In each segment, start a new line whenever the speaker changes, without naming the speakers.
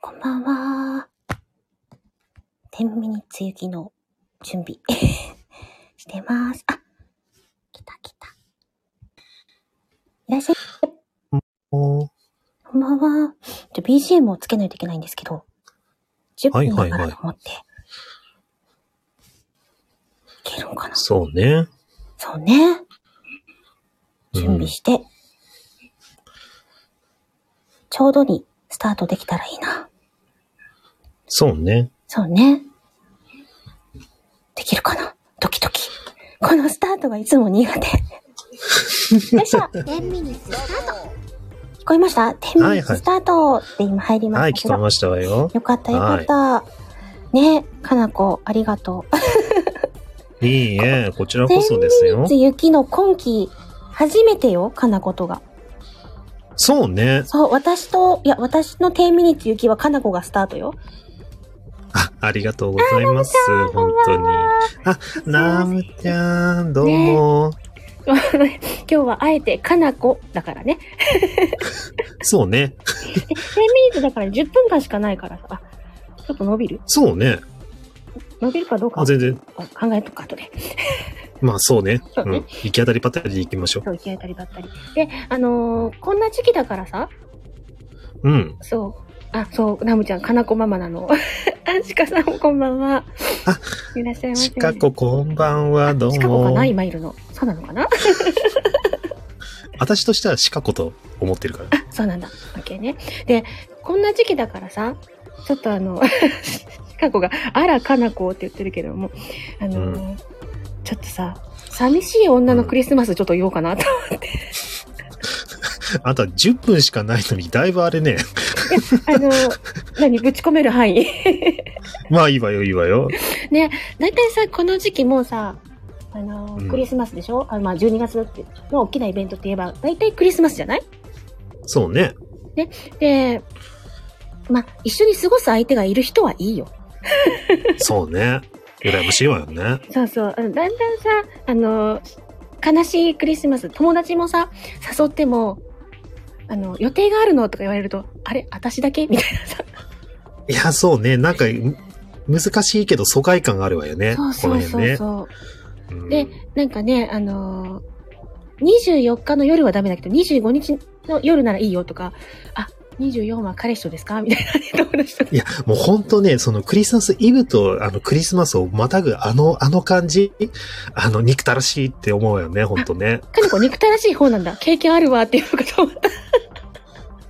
こんばんは。10ミニツ雪の準備 してます。あ、来た来た。いらっしゃい。
おー
こんばんは。ちょ BGM をつけないといけないんですけど、10
はい
分だ
はい
か
はい
らと思って、いけるんかな
そうね。
そうね。
うん
準備して、ちょうどにスタートできたらいいな。
そうね。
そうね。できるかなドキドキ。このスタートがいつも苦手。よいしょ
10ミニスタート
聞こえました ?10
はい
分スタートって今入りま
はい、
したけど。
聞こえましたわよ。
よかったよかった。ねかなこ、ありがとう。
いいえ、こちらこそですよ
つ。雪の今季、初めてよ、かなことが。
そうね。
そう、私と、いや、私の10ミニッツ雪はかなこがスタートよ。
あ、ありがとうございます。本当に。あ、ナムちゃん、どうも。
今日はあえてかなこだからね。
そうね。
で、10ミニッツだから10分間しかないからさ、あちょっと伸びる
そうね。
伸びるかどうか
あ、全然。
考えとく後で。
まあ、そうね。
そう
う
ね
ん。行き当たりばったりで行きましょ
そう、行き当たりばったり。で、あのーこんな時期だからさ、
う。うん。
そう。あ、そう、ナムちゃん、かなこママなの。 あ、シカさんもこんばんは。
あ、
いらっしゃいませ。
シカコ、こんばんは、どう
シカゴか
も
な。今いるの。そうなのかな
私としてはシカコと思ってるから。
そうなんだ。オッケーね。で、こんな時期だからさ、ちょっとあの、 シカゴが、あら、かなこって言ってるけども、あの、
う
ちょっとさ、寂しい女のクリスマスちょっと言おうかなと。
あとは10分しかないのに、だいぶあれね。
あ の、何、ぶち込める範囲。
まあ、いいわよ、いいわよ。
大体さ、この時期もうさ、あの、
うん
クリスマスでしょあまあ、12月っての大きなイベントって言えば、大体クリスマスじゃない
そうね。
で、まあ、一緒に過ごす相手がいる人はいいよ。
そうね。羨ましいわよね。
そうそう。あのだんだんさ、あの、悲しいクリスマス、友達もさ、誘っても、あの、予定があるのとか言われると、あれ私だけみたいなさ。
いや、そうね。なんか、む難しいけど疎外感があるわよね。
そうそう
この
そう
辺ね。
そう。
うん
でなんかね、あのー、24日の夜はダメだけど、25日の夜ならいいよとか、あ、24は彼氏とですかみたいなね、友達と。
いや、もうほんとね、そのクリスマスイブとあのクリスマスをまたぐあの、あの感じ、あの、憎たらしいって思うよね、ほんとね。
かなこ憎たらしい方なんだ。経験あるわっていうのかと思った。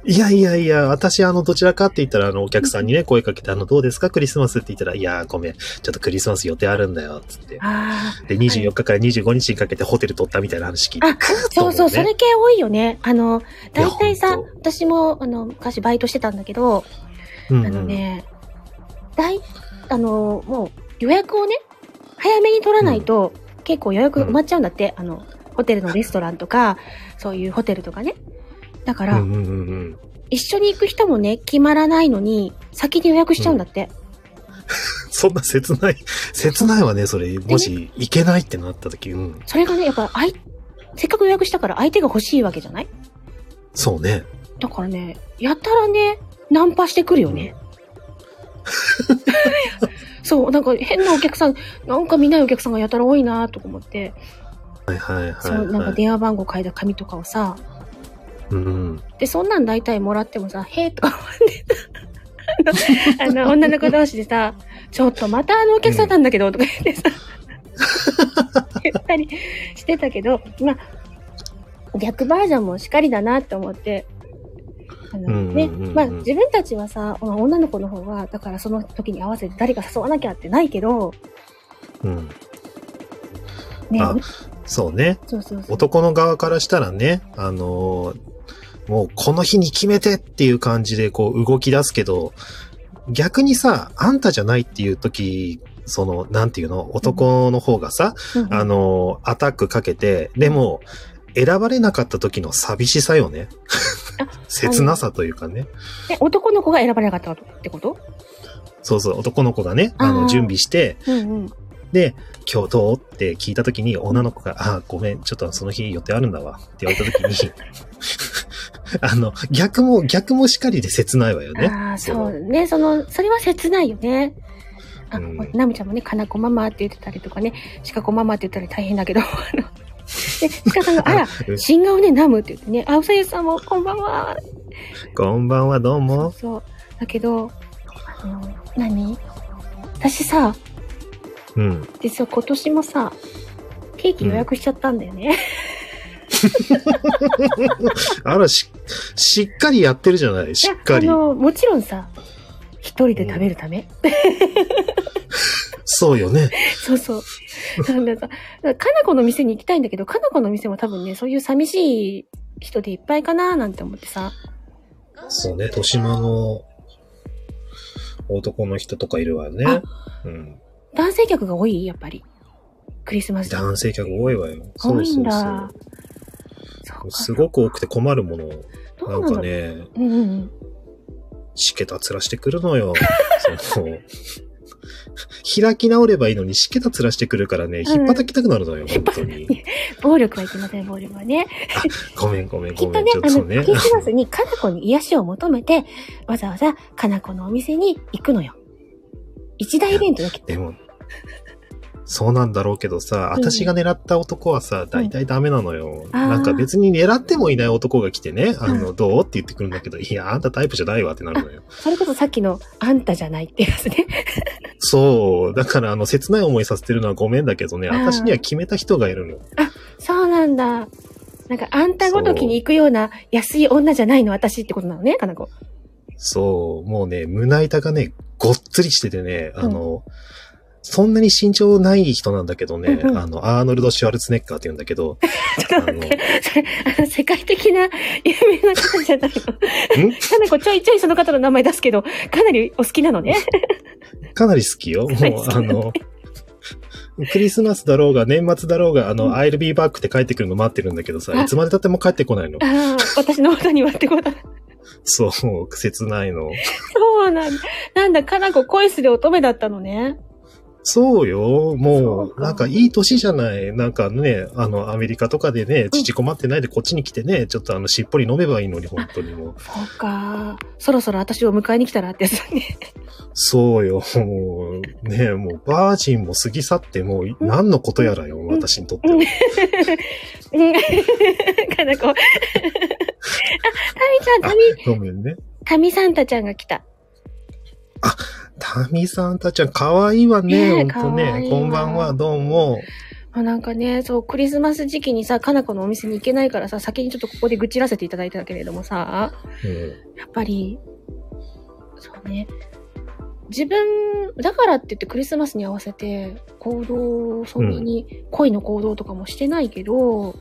いやいやいや、私あの、どちらかって言ったらあの、お客さんにね、声かけて、あの、どうですかクリスマスって言ったら、いやー、ごめん、ちょっとクリスマス予定あるんだよ、つって。
あ
で、24日から25日にかけてホテル取ったみたいな話聞いて。
あ
くーっと
そ
思
うそう、そ
ね
れ系多いよね。あの、
いや
大体さ
ほん、
私も、あの、昔バイトしてたんだけど、
うん
あ
う
の
ん
ね、大、あの、もう予約をね、早めに取らないと、結構予約埋まっちゃうんだって、あの、ホテルのレストランとか、そういうホテルとかね。だから、
うんうんうんうん。
一緒に行く人もね、決まらないのに、先に予約しちゃうんだって。
そんな切 ない、切ないわね、それ。もし、行けないってなった時、うん。
それがね、やっぱ、あい、せっかく予約したから相手が欲しいわけじゃない
そうね。
だからね、やたらね、ナンパしてくるよね。そう、なんか変なお客さん、なんか見ないお客さんがやたら多いなとか思って。
はいはいはい、
そう、なん
は
か
い。
電話番号変えた紙とかをさ、
うん。
で、そんなん大体もらってもさ、へえとか思ってた。あの、 あの女の子同士でさ、ちょっとまたあのお客さんなんだけど、とか言ってさ、言ったりしてたけど、まあ、逆バージョンもしかりだなって思って、あの
うんうんうん
ね、
うん
まあ自分たちはさ、まあ女の子の方は、だからその時に合わせて誰か誘わなきゃってないけど、
うん。
ね、
あそうね。
そうそうそう。
男の側からしたらね、あのーもうこの日に決めてっていう感じでこう動き出すけど、逆にさ、あんたじゃないっていう時、その、なんていうの、男の方がさ、
うんうん
あのーアタックかけて、でも、選ばれなかった時の寂しさよね
あ。
切なさというかね。
え男の子が選ばれなかったってこと
そうそう、男の子がね、
あ
あ
ー
の、準備して、
うんうん。
で、今日どうって聞いたときに、女の子が、あー、ごめん、ちょっとその日予定あるんだわ、って言われたときに、 あの、逆も、逆もしかりで切ないわよね。
ああ、そうね。その、それは切ないよね。あの、
うん
ナミちゃんもね、かなこママって言ってたりとかね、シカ子ママって言ったり大変だけど、あ の、で、シカさ んが、あら、
うん
新顔ね、ナムって言ってね、あ、うさゆさんもこんばんは。
こんばんは、ど
そ
う
う
も。
そう。だけど、あの、何私さ、
うん。
実は今年もさ、ケーキ予約しちゃったんだよね。
あら、し、しっかりやってるじゃない、しっか り
いやあ。の、もちろんさ、一人で食べるため。
そうよね。
そうそう。なんださ、かなこの店に行きたいんだけど、かなこの店も多分ね、そういう寂しい人でいっぱいかなーなんて思ってさ。
そうね、豊島の男の人とかいるわよね
あ。
うん。
男性客が多いやっぱり。クリスマス。
男性客多いわよ。そ
多
う
い
そ
ん
う
だ。
そう。
そうか
すごく多くて困るもの。
どうな
な
んんだろ
か
う。
ね、
うんうんうん。
しけたつらしてくるのよ。 その開き直ればいいのに、しけたつらしてくるからね、
ん
ひっぱたきたくなるのよ、本当に。
暴力はいけません、暴力は ね。
ごめん、ごめん、
き
ご
っと
めん、
ねあ
ちょっ、
の
と、ね
ク。リスマスにかなこに癒しを求めて、わざわざかなこのお店に行くのよ。一大イベントだけど。
でも、そうなんだろうけどさ、
うん
私が狙った男はさ、大体ダメなのよ。
あー
なんか別に狙ってもいない男が来てね、あの、どうって言ってくるんだけど、いや、あんたタイプじゃないわってなるのよ。
それこそさっきの、あんたじゃないってやつね。
そう、だからあの、切ない思いさせてるのはごめんだけどね、
あー
私には決めた人がいるの。
そうなんだ。なんか、あんたごときに行くような安い女じゃないの、私ってことなのね、かなこ。
そう、もうね、胸板がね、ごっつりしててね、あの、そんなに身長ない人なんだけどね、
うんうん
あの、アーノルド・シュワルツェネッカーって言うんだ けど、
ちょっと待って、それ、あの、世界的な 有名な方じゃないの。
あのん
かなこ、ちょいちょいその方の名前出すけど、かなりお好きなのね。
かなり好きよ。
かなり
も
好
う、
き
あ
だね
の、クリスマスだろうが、年末だろうが、あ
う
の、
ん
I'll be back って帰ってくるの待ってるんだけどさ、
あ
いつまで経っても帰ってこないの。
ああ、私の元にはってこと。
そう、もう切ないの。
そうなんだ。なんだ、かなこ恋する乙女だったのね。
そうよ、
そ
も
う
う、
か
なんかいい年じゃない。なんかね、あの、アメリカとかでね、父困ってないでこっちに来てね、ちょっとあの、しっぽり飲めばいいのに、本当にもう。
そうか。そろそろ私を迎えに来たらってやつだね。
そうよ、もう、ね、もう、バージンも過ぎ去って、もう、何のことやらよ、私にとっては。
うんかなこ。あ、 タミちゃん、タミ、
ごめんね。
タミサンタちゃんが来た。
タミさんたちは可愛いわ
ねえ
ね、ほんと
可愛い
ね。
わ
こんばんは、どうも。
まあなんかね、そう、クリスマス時期にさ、かなこのお店に行けないからさ、先にちょっとここで愚痴らせていただいたけれどもさ、
うん
やっぱり、そうね、自分、だからって言ってクリスマスに合わせて、行動、そんなに恋の行動とかもしてないけど、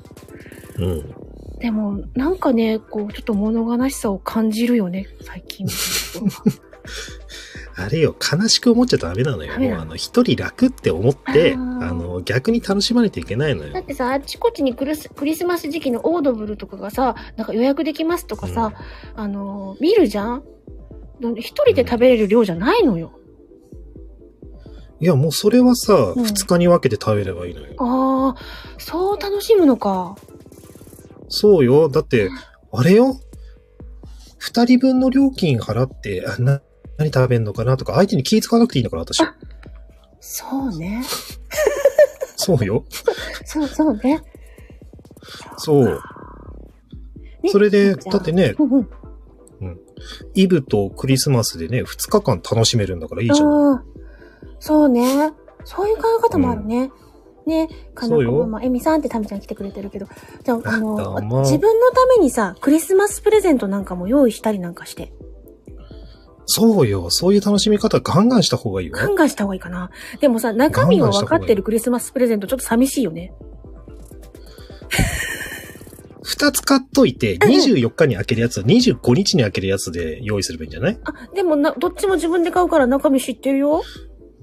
うん。
でも、なんかね、こう、ちょっと物悲しさを感じるよね、最近。
あれよ、悲しく思っちゃダメなのよ。
ダメ
も
な
う、
の
あの、一人楽って思って、
あ
あ
ー
の、逆に楽しまなきゃいけないの
だっ
よ。
てさ、あっちこっちにクリスクリスマス時期のオードブルとかがさ、なんか予約できますとかさ、あのー、見るじゃんだ一人で食べれる量じゃないのよ。
いや、もうそれはさ、
うん
二日に分けて食べればいいのよ。
ああ、そう楽しむのか。
そうよ、だって、あれよ。二人分の料金払って、あな、何食べんのかなとか、相手に気使わなくていいんだから、私。
あそうね。
そうよ。
そうそうね。
そう。
ね
それで、
じゃあ
だってね、
うんうん。
イブとクリスマスでね、二日間楽しめるんだからいいじゃん。
ああ、そうね。そういう考え方もあるね。ね、かな
そ
こ
うよ
ママ、えみさんってタミちゃん来てくれてるけど、じゃあ、あ
ど
の
う、も
自分のためにさ、クリスマスプレゼントなんかも用意したりなんかして、
そうよ。そういう楽しみ方ガンガンした方がいいよ。
ガンガンした方がいいかな。でもさ、中身は分かっ
ガンガンした方が
て
い
る
い
クリスマスプレゼントちょっと寂しいよね。
二つ買っといて、24日に開けるやつと25日に開けるやつで用意すればいいんじゃない
あ、でもな、どっちも自分で買うから中身知ってるよ。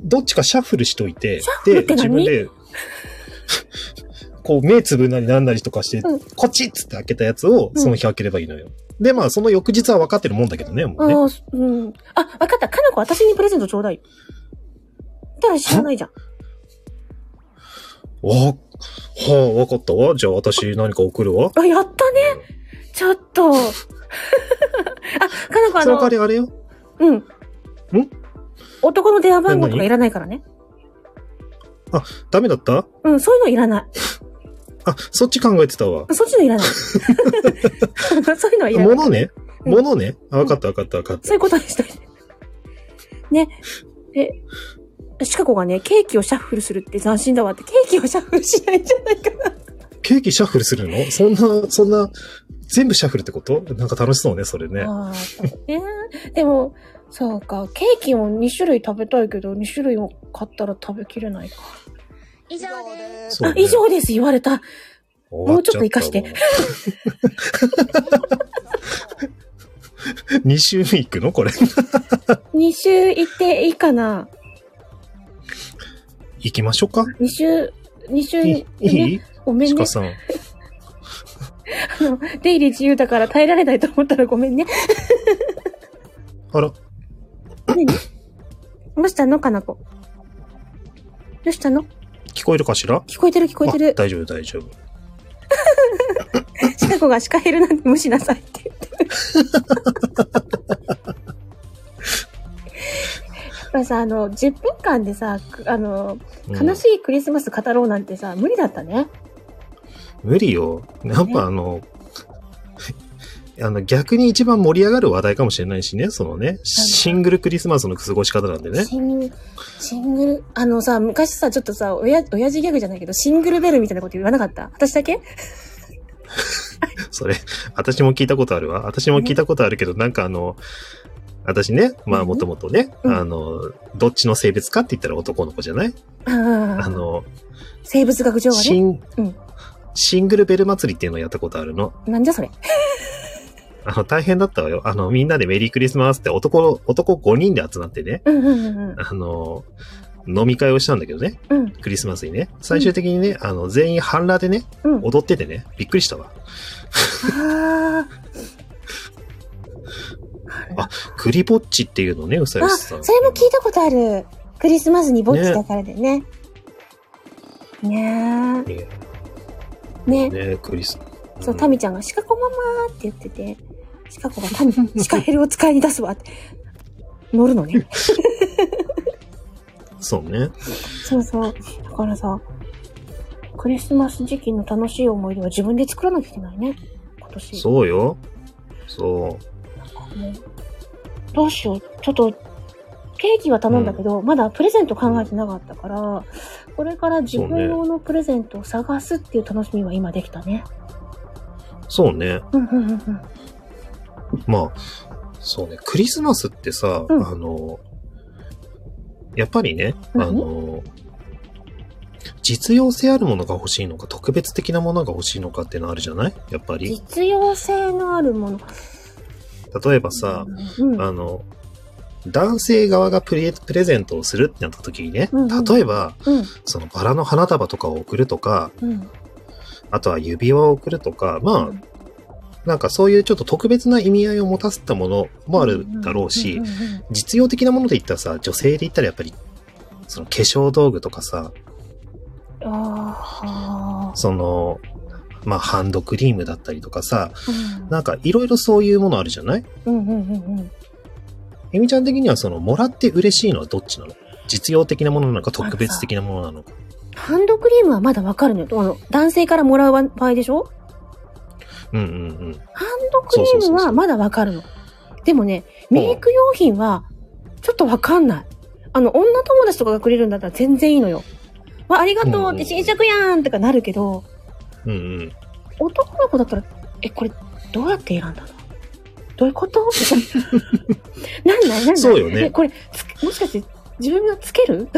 どっちかシャッフルしといて
シャッフルって何
で、 こう目つぶんなりなんなりとかして、
うん
こっちっつって開けたやつを
うん
その日開ければいいのよ。で、まあその翌日は分かってるもんだけどね、も
あ
うね。
あ、そうん。あ、分かった。かなこ私にプレゼントちょうだい。だから知らないじゃん。
わ、はあ、分かったわ。じゃあ私何か送るわ。
あ、やったね。ちょっと、 あ、かなこあ
その代
の、
わりあれよ。
うん。ん男の電話番号とかいらないからね。
ダメだった
うん、そういうのいらない。
あ、そっち考えてたわ。
そっちのい らない。 そういうのはいらない。
物ね
うん
物ね。あわかったわかったわかっ
そういうことにしといて。ね。え、シカ子がね、ケーキをシャッフルするって斬新だわって、ケーキをシャッフルしないんじゃないかな。
た。ケーキシャッフルするのそんな、そんな、全部シャッフルってことなんか楽しそうね、それね。
ああ、そうね。でも、そうか、ケーキも2種類食べたいけど、2種類を買ったら食べきれないか。
以上です。です。
そう
あ
ね、
以上です、言われた。
終わちゃ
もうちょっと生かして
わ。2週目行くのこれ。
2週行っていいかな。
行きましょうか。
2週、2週、
いい
ね、
いい
ごめんね
鹿。さん。
あの、出入り自由だから耐えられないと思ったらごめん ね。
あら、
何どうしたのかなこ。どうしたの
聞こえるかしら
聞こえてる聞こえて
あ
る。
大丈夫、大丈夫。
シカ子がシカヘルなんて無視なさいって 言ってる。やっぱさ、あの、10分間でさ、くあの、
うん
悲しいクリスマス語ろうなんてさ、無理だったね。
無理よ。やっぱあの、 あの逆に一番盛り上がる話題かもしれないしね、そのね、シングルクリスマスの過ごし方なんでね。
シンシングル、あのさ、昔さ、ちょっとさ、親、親父ギャグじゃないけど、シングルベルみたいなこと言わなかった私だけ
それ、私も聞いたことあるわ。私も聞いたことあるけど、なんかあの、私ね、まあ
うん
もともとね、
うん
あの、どっちの性別かって言ったら男の子じゃないあ
ああ、
の、
生物学上は
シ
ね。
ン
うん、
シングルベル祭りっていうのをやったことあるの。
なんじゃそれ。
あの、大変だったわよ。あの、みんなでメリークリスマスって男、男5人で集まってね、
うんうんうん
あの、飲み会をしたんだけどね。
うん。うん。
クリスマスにね、最終的にね、あの、全員半裸でね、
うん。
踊っててね、びっくりしたわ。
ああ。
あクリぼっちっていうのね、うさよ
あ、
しさん。
それも聞いたことある。クリスマスにぼっちだからだよね。ね
ね
え。ね
ねクリス。
そう、
ん
タミちゃんがシカ子ママーって言ってて、シカ子がタミ、シカヘルを使いに出すわって。乗るのね。
そうね。
そうそう。だからさ、クリスマス時期の楽しい思い出は自分で作らなきゃいけないね。今年。
そうよ。そ
もうどうしよう。ちょっと、ケーキは頼んだけど、まだプレゼント考えてなかったから、これから自分用のプレゼントを探すっていう楽しみは今できたね。
う。そうね。
うんうんうんうん。
まあ、そうね。クリスマスってさ、
うん
あの、やっぱりね、あ
何
の、実用性あるものが欲しいのか、特別的なものが欲しいのかっていうのあるじゃないやっぱり。
実用性のあるもの。
例えばさ、
うん。
あの、男性側がプレプレゼントをするってなった時にね、
うんうん
例えば、
うん。
そのバラの花束とかを送るとか、
うん。
あとは指輪を送るとか、ま
ん
あ、なんかそういうちょっと特別な意味合いを持たせたものもあるだろうし、
んんうん
実用的なもので言ったらさ、女性で言ったらやっぱり、その化粧道具とかさ、
ああ。
その、まあハンドクリームだったりとかさ、
うん
なんかいろいろそういうものあるじゃない
うんうんうんうん。
ゆみちゃん的にはその、もらって嬉しいのはどっちなの実用的なものなのか特別的なものなのか。
ハンドクリームはまだわかるのよ。あの男性からもらう場合でしょ
うんうん
ハンドクリームはまだわかるの。でもね、メイク用品はちょっとわかんない。あの、女友達とかがくれるんだったら全然いいのよ。わ、ありがとうって新着やんとかなるけど、
うん。うんうん。
男の子だったら、え、これどうやって選んだのどういう ことみたいな。なんないなんない
そうよね
えこれ、つけもしかして自分がつける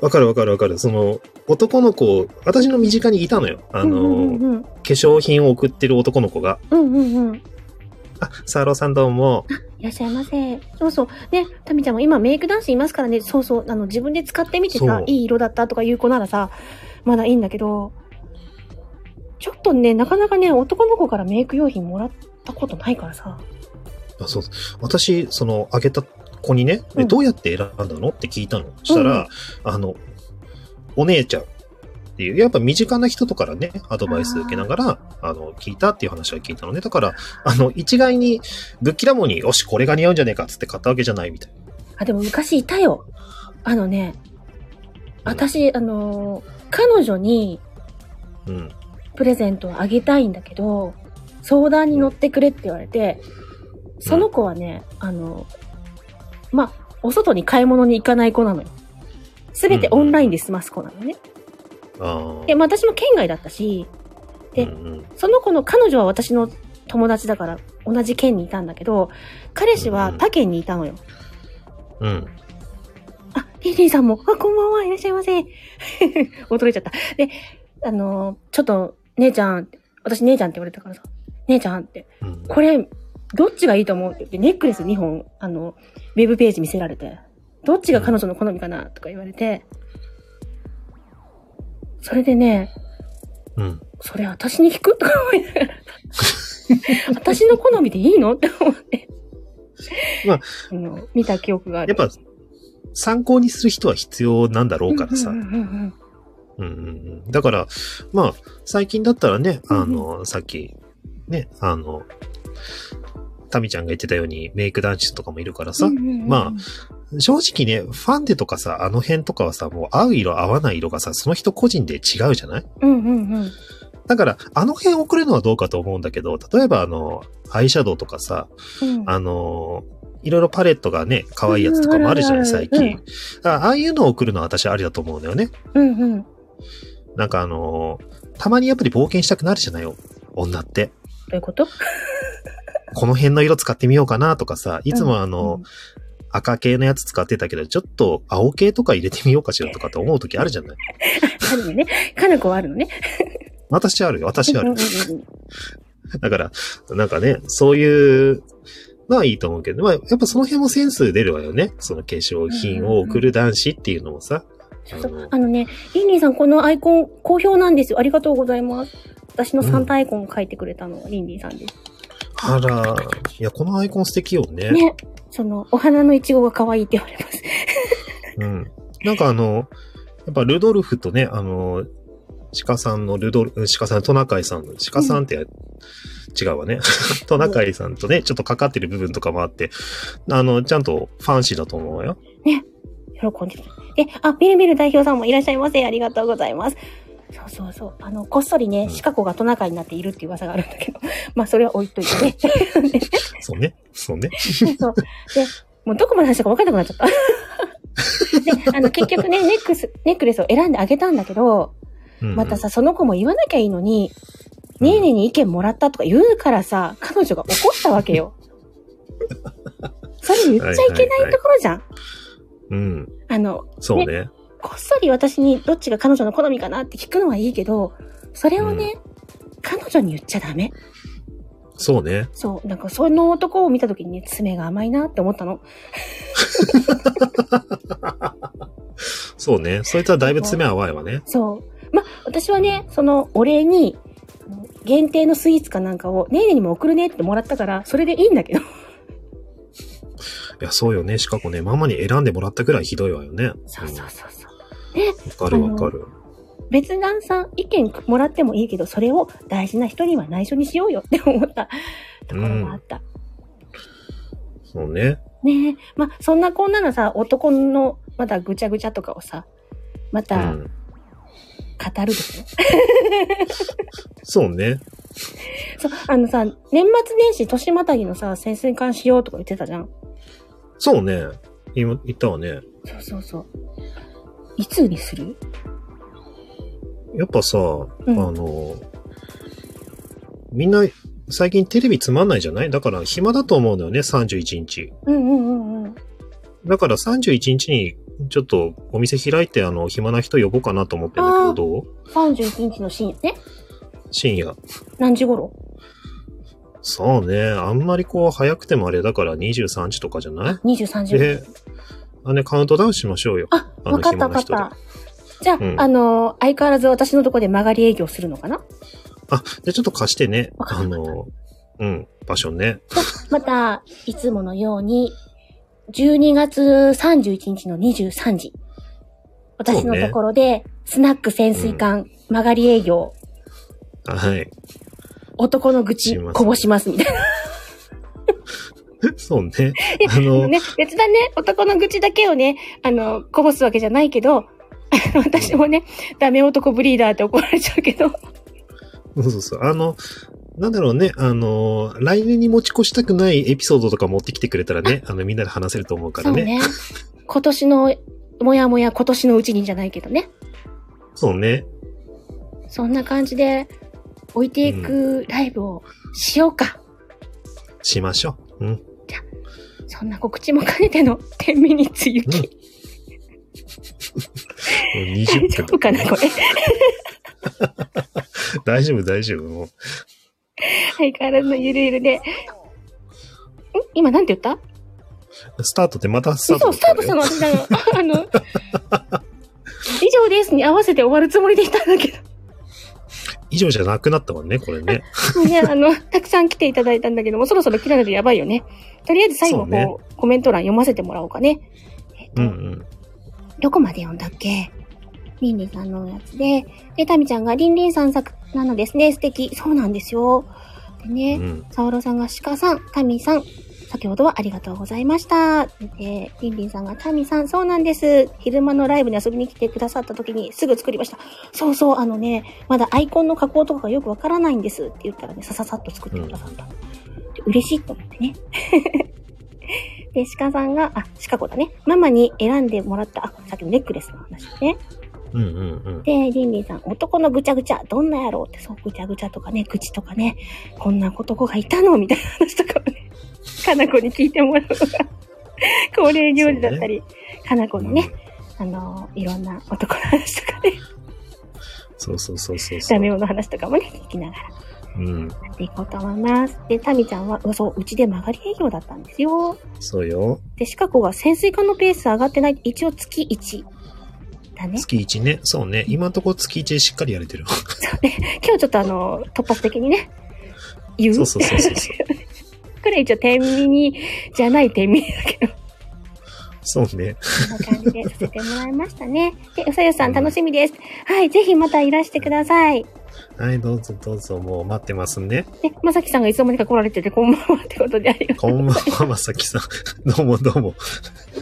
わかるわかるわかる。その、男の子、私の身近にいたのよ。あ
う
の、
んうん
化粧品を送ってる男の子が。
うんうんうんうん。い
あ、サーローさんどうも。
らっしゃいませ。そうそう。ね、タミちゃんも今メイク男子いますからね、そうそう。あの、自分で使ってみて
そ
さ
う、
いい色だったとかいう子ならさ、まだいいんだけど、ちょっとね、なかなかね、男の子からメイク用品もらったことないからさ。
あそう私、その、あげた子にね、
う
え
ん
どうやって選んだのって聞いたの。したら、あの、お姉ちゃん、っていう、やっぱ身近な人とからね、アドバイス受けながら、あの、聞いたっていう話は聞いたのね。だから、あの、一概に、ぶっきらぼうに、よし、これが似合うんじゃねえかっつって買ったわけじゃないみたいな。
あ、でも昔いたよ。あのね、私、あのー、彼女に
うん。
プレゼントをあげたいんだけど、相談に乗ってくれって言われて、その子はね、あの、まあ、お外に買い物に行かない子なのよ。すべてオンラインで済ます子なのね。
ああ。
で、まあ私も県外だったし、で
うんうん
その子の彼女は私の友達だから同じ県にいたんだけど、彼氏は他県にいたのよ。
うん。
あ、リリーさんも、あ、こんばんは、いらっしゃいませ。 驚いちゃった。で、あのーちょっと、姉ちゃん、私姉ちゃんって言われたからさ、姉ちゃんって、
うん。
これ、どっちがいいと思うって言って、ネックレス2本、あの、ウェブページ見せられて、どっちが彼女の好みかなとか言われて、それでね、
うん。
それ私に聞くとか思いなが ら。私の好みでいいのって思って。
まあ
あの、見た記憶があ
や
る
っ。ぱ、参考にする人は必要なんだろうからさ。
うんうんうんうん
うんうんうんだから、まあ、最近だったらね、
うんうん
あの、さっき、ね、あの、タミちゃんが言ってたようにメイク男子とかもいるからさ、ま正直ね、ファンデとかさ、あの辺とかはさ、もう合う色合わない色がさ、その人個人で違うじゃない
あ、うんうんうん。
だから、あの辺送るのはどうかと思うんだけど、例えばあの、アイシャドウとかさ、
うん
あの、いろいろパレットがね、可愛いやつとかもあるじゃな
う
い、
ん
最
うん
近。あああいうのを送るのは私ありだと思うんだよね。
うんうん。
なんかあのーたまにやっぱり冒険したくなるじゃないよ。女って。
どういうこと
この辺の色使ってみようかなとかさ、いつもあの、
うん
赤系のやつ使ってたけど、ちょっと青系とか入れてみようかしらとかって思う時あるじゃない
あるのね。かなこはあるのね。
私あるよ、私あ
うんう
る
ん。うん
だから、なんかね、そういう、まあいいと思うけど、まあやっぱその辺もセンス出るわよね。その化粧品を送る男子っていうのもさ。
そうそう。あのね、インリンさん、このアイコン、好評なんですよ。ありがとうございます。私のサンタアイコンを書いてくれたのは、リンリンさんです。
あら、いや、このアイコン素敵よね。
ね。その、お花のイチゴが可愛いって言われます。
うん。なんかあの、やっぱルドルフとね、あの、鹿さんのルドル、鹿さん、トナカイさんの、鹿さんって、違うわね。トナカイさんとね、ちょっとかかってる部分とかもあって、あの、ちゃんとファンシーだと思うわよ。
喜んでる。え、あ、ビルビル代表さんもいらっしゃいませ。ありがとうございます。そうそうそう。あの、こっそりね、
うん
シカゴがトナカイになっているっていう噂があるんだけど、 まあ、それは置いといてね。
そうね。そうね。
そう。で、もうどこまで話したか分かんなくなっちゃった。 で、あの、結局ね、ネックス、ネックレスを選んであげたんだけど、
うんうん
また、さ、その子も言わなきゃいいのに、
うん
ねえねえに意見もらったとか言うからさ、彼女が怒ったわけ よ。それ言っちゃいけないところじゃん。
うん。
あの、
そうね。
こっそり私にどっちが彼女の好みかなって聞くのはいいけど、それをね、彼女に言っちゃダメ。
そうね。
そう、なんかその男を見た時にね、爪が甘いなって思ったの。
そうね。そいつはだいぶ爪淡いわね。
そう。ま、私はね、そのお礼に、あの限定のスイーツかなんかを、ねえねえにも送るねってもらったから、それでいいんだけど。
いや、そうよね。しかもね、ママに選んでもらったくらいひどいわよね。
そうそう
わ
そうそう。
かるわかる。
別段さん意見もらってもいいけど、それを大事な人には内緒にしようよって思ったところもあった。
そうね。
ねえ。まあ、そんなこんなのさ、男の、まだぐちゃぐちゃとかをさ、ま
う
た語
ん。
るでしょ、
そうね。
そう、あのさ、年末年始、年またぎのさ、潜水艦しようとか言ってたじゃん。
そうね。今、言ったわね。
そうそうそう。いつにする
やっぱさ、
う
あ
ん。
の、みんな最近テレビつまんないじゃないだから暇だと思うのよね、31日。
うんうんうんうん。
だから31日にちょっとお店開いて、あの、暇な人呼ぼうかなと思ってるんだけ
あ
ど、
ー
どう
31日の深夜ね。
深夜。
何時頃
そうね、あんまりこう早くてもあれだから23時とかじゃない
?23 時頃。
で、あね、カウントダウンしましょうよ。
あ、
あの
わかった
暇
わか
な
っ
人で
た。じゃあ、
うん
あの、相変わらず私のとこで曲がり営業するのかな
あ、じゃあちょっと貸してね。
わかった
あの、うん、場所ね。
また、いつものように、12月31日の23時。私のところで、スナック潜水艦、曲がり営業、
はい。
男の愚痴
します
こぼしますみたいな。
そうね。あの、
ね、別だね、男の愚痴だけをね、あの、こぼすわけじゃないけど、 私もね、ダメ男ブリーダーって怒られちゃうけど、
そうそうそう。あの、なんだろうね、あの、来年に持ち越したくないエピソードとか持ってきてくれたらね、あの、みんなで話せると思うか
そ
ら
う
ね。
ね。今年の、もやもや今年のうちにじゃないけどね。
そうね。
そんな感じで、置いていくライブをしようか。
しましょう。うん。
そんな告知も兼ねての10ミニッツ雪。
うん
大丈
20分。
夫かなこれ。
大丈夫、大丈夫。もう
相変わらずのゆるゆるで。ん今なんて言った
スタートってまたスター
嘘、
ト。
スタートしたの私なの。 あの、以上ですに合わせて終わるつもりでいたんだけど。
以上じゃなくなったわね、これね。
もうね、あの、たくさん来ていただいたんだけども、そろそろ切らないとやばいよね。とりあえず最後、
そうね
こうコメント欄読ませてもらおうかね。えっと
うんうん。
どこまで読んだっけリンリンさんのやつで、で、タミちゃんがリンリンさん作なのですね、素敵。そうなんですよ。で
う
ね、
ん。
サオロさんが鹿さん、タミさん、先ほどはありがとうございました。で、リンリンさんがタミさん、そうなんです。昼間のライブに遊びに来てくださった時にすぐ作りました。そうそう、あのね、まだアイコンの加工とかがよくわからないんですって言ったらね、さささっと作ってくださった。で嬉しいと思ってね。 で、鹿さんが、あ、鹿子だね。ママに選んでもらった、あ、さっきのネックレスの話だね。
うんうんうん。
で、リンリンさん、男のぐちゃぐちゃ、どんなやろうって、そう、ぐちゃぐちゃとかね、愚痴とかね、こんな男がいたのみたいな話とかをね、 かなこに聞いてもらうのが、恒例行事だったり、かなこのね、あの、いろんな男の話とかね、
そうそうそうそうそう。
ダメ男の話とかもね、聞きながら
うん。
やっていこうと思います。で、タミちゃんは、うそう、うちで曲がり営業だったんですよ。
そうよ。
で、シカゴが潜水艦のペース上がってない、一応月1。だね。
月1ね。そうね。今のところ月1しっかりやれてる。
今日ちょっとあの、突発的にね、言う。
そうそうそうそうそ
これ一応、天秤に、じゃない天秤だけど、
そうね。
こんな感じでさせてもらいましたね。で、うさよさん楽しみです。はい、ぜひまたいらしてください。
はい、どうぞどうぞ。もう待ってますんで。
で、まさきさんがいつの間にか来られてて、こんばんはってことでありがと
こんばんは、まさきさん。 どうもどうも。
う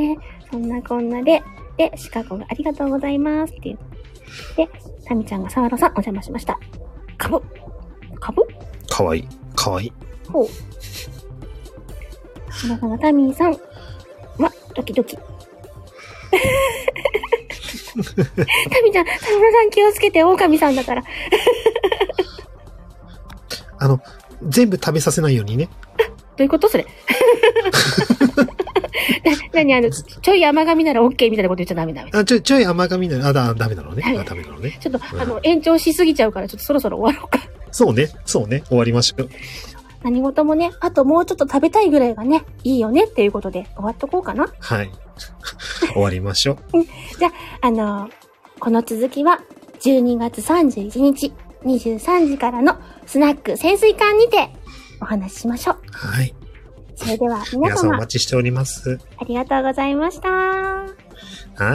ね。そんなこんなで、で、シカゴがありがとうございますっていう。で、タミちゃんがサワロさんお邪魔しました。かぶかぶ
かわいい。かわいい。
ほう。村さんがタミーさんは、ドキドキ。タミちゃん、田村さん気をつけて、狼さんだから。
あの、全部食べさせないようにね。
どういうことそれ。 な、なにあの、ちょい甘噛みなら OK みたいなこと言っちゃダメダメ。
あ、ちょい、ちょい甘噛みなの。あ、だ、ダメなのね。
はい
あ、ダメなのね。
ちょっと、あの、延長しすぎちゃうから、ちょっとそろそろ終わろうか。
そうね。そうね。終わりましょう。
何事もね、あともうちょっと食べたいぐらいがね、いいよねっていうことで終わっとこうかな。
はい。終わりましょう。
あの、この続きは12月31日23時からのスナック潜水艦にてお話ししましょう。
はい。
それでは皆
皆さんお
様
待ちしております。
ありがとうございました。
は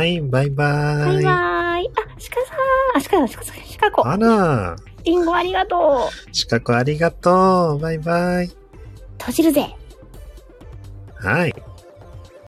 い、バ
バイ
イバーイ。
バイ。あ、鹿さん。あ、鹿だ、鹿さん。鹿子。
あら、
リンゴありがとう。
資格ありがとう。バイバイ。
閉じるぜ。
はい。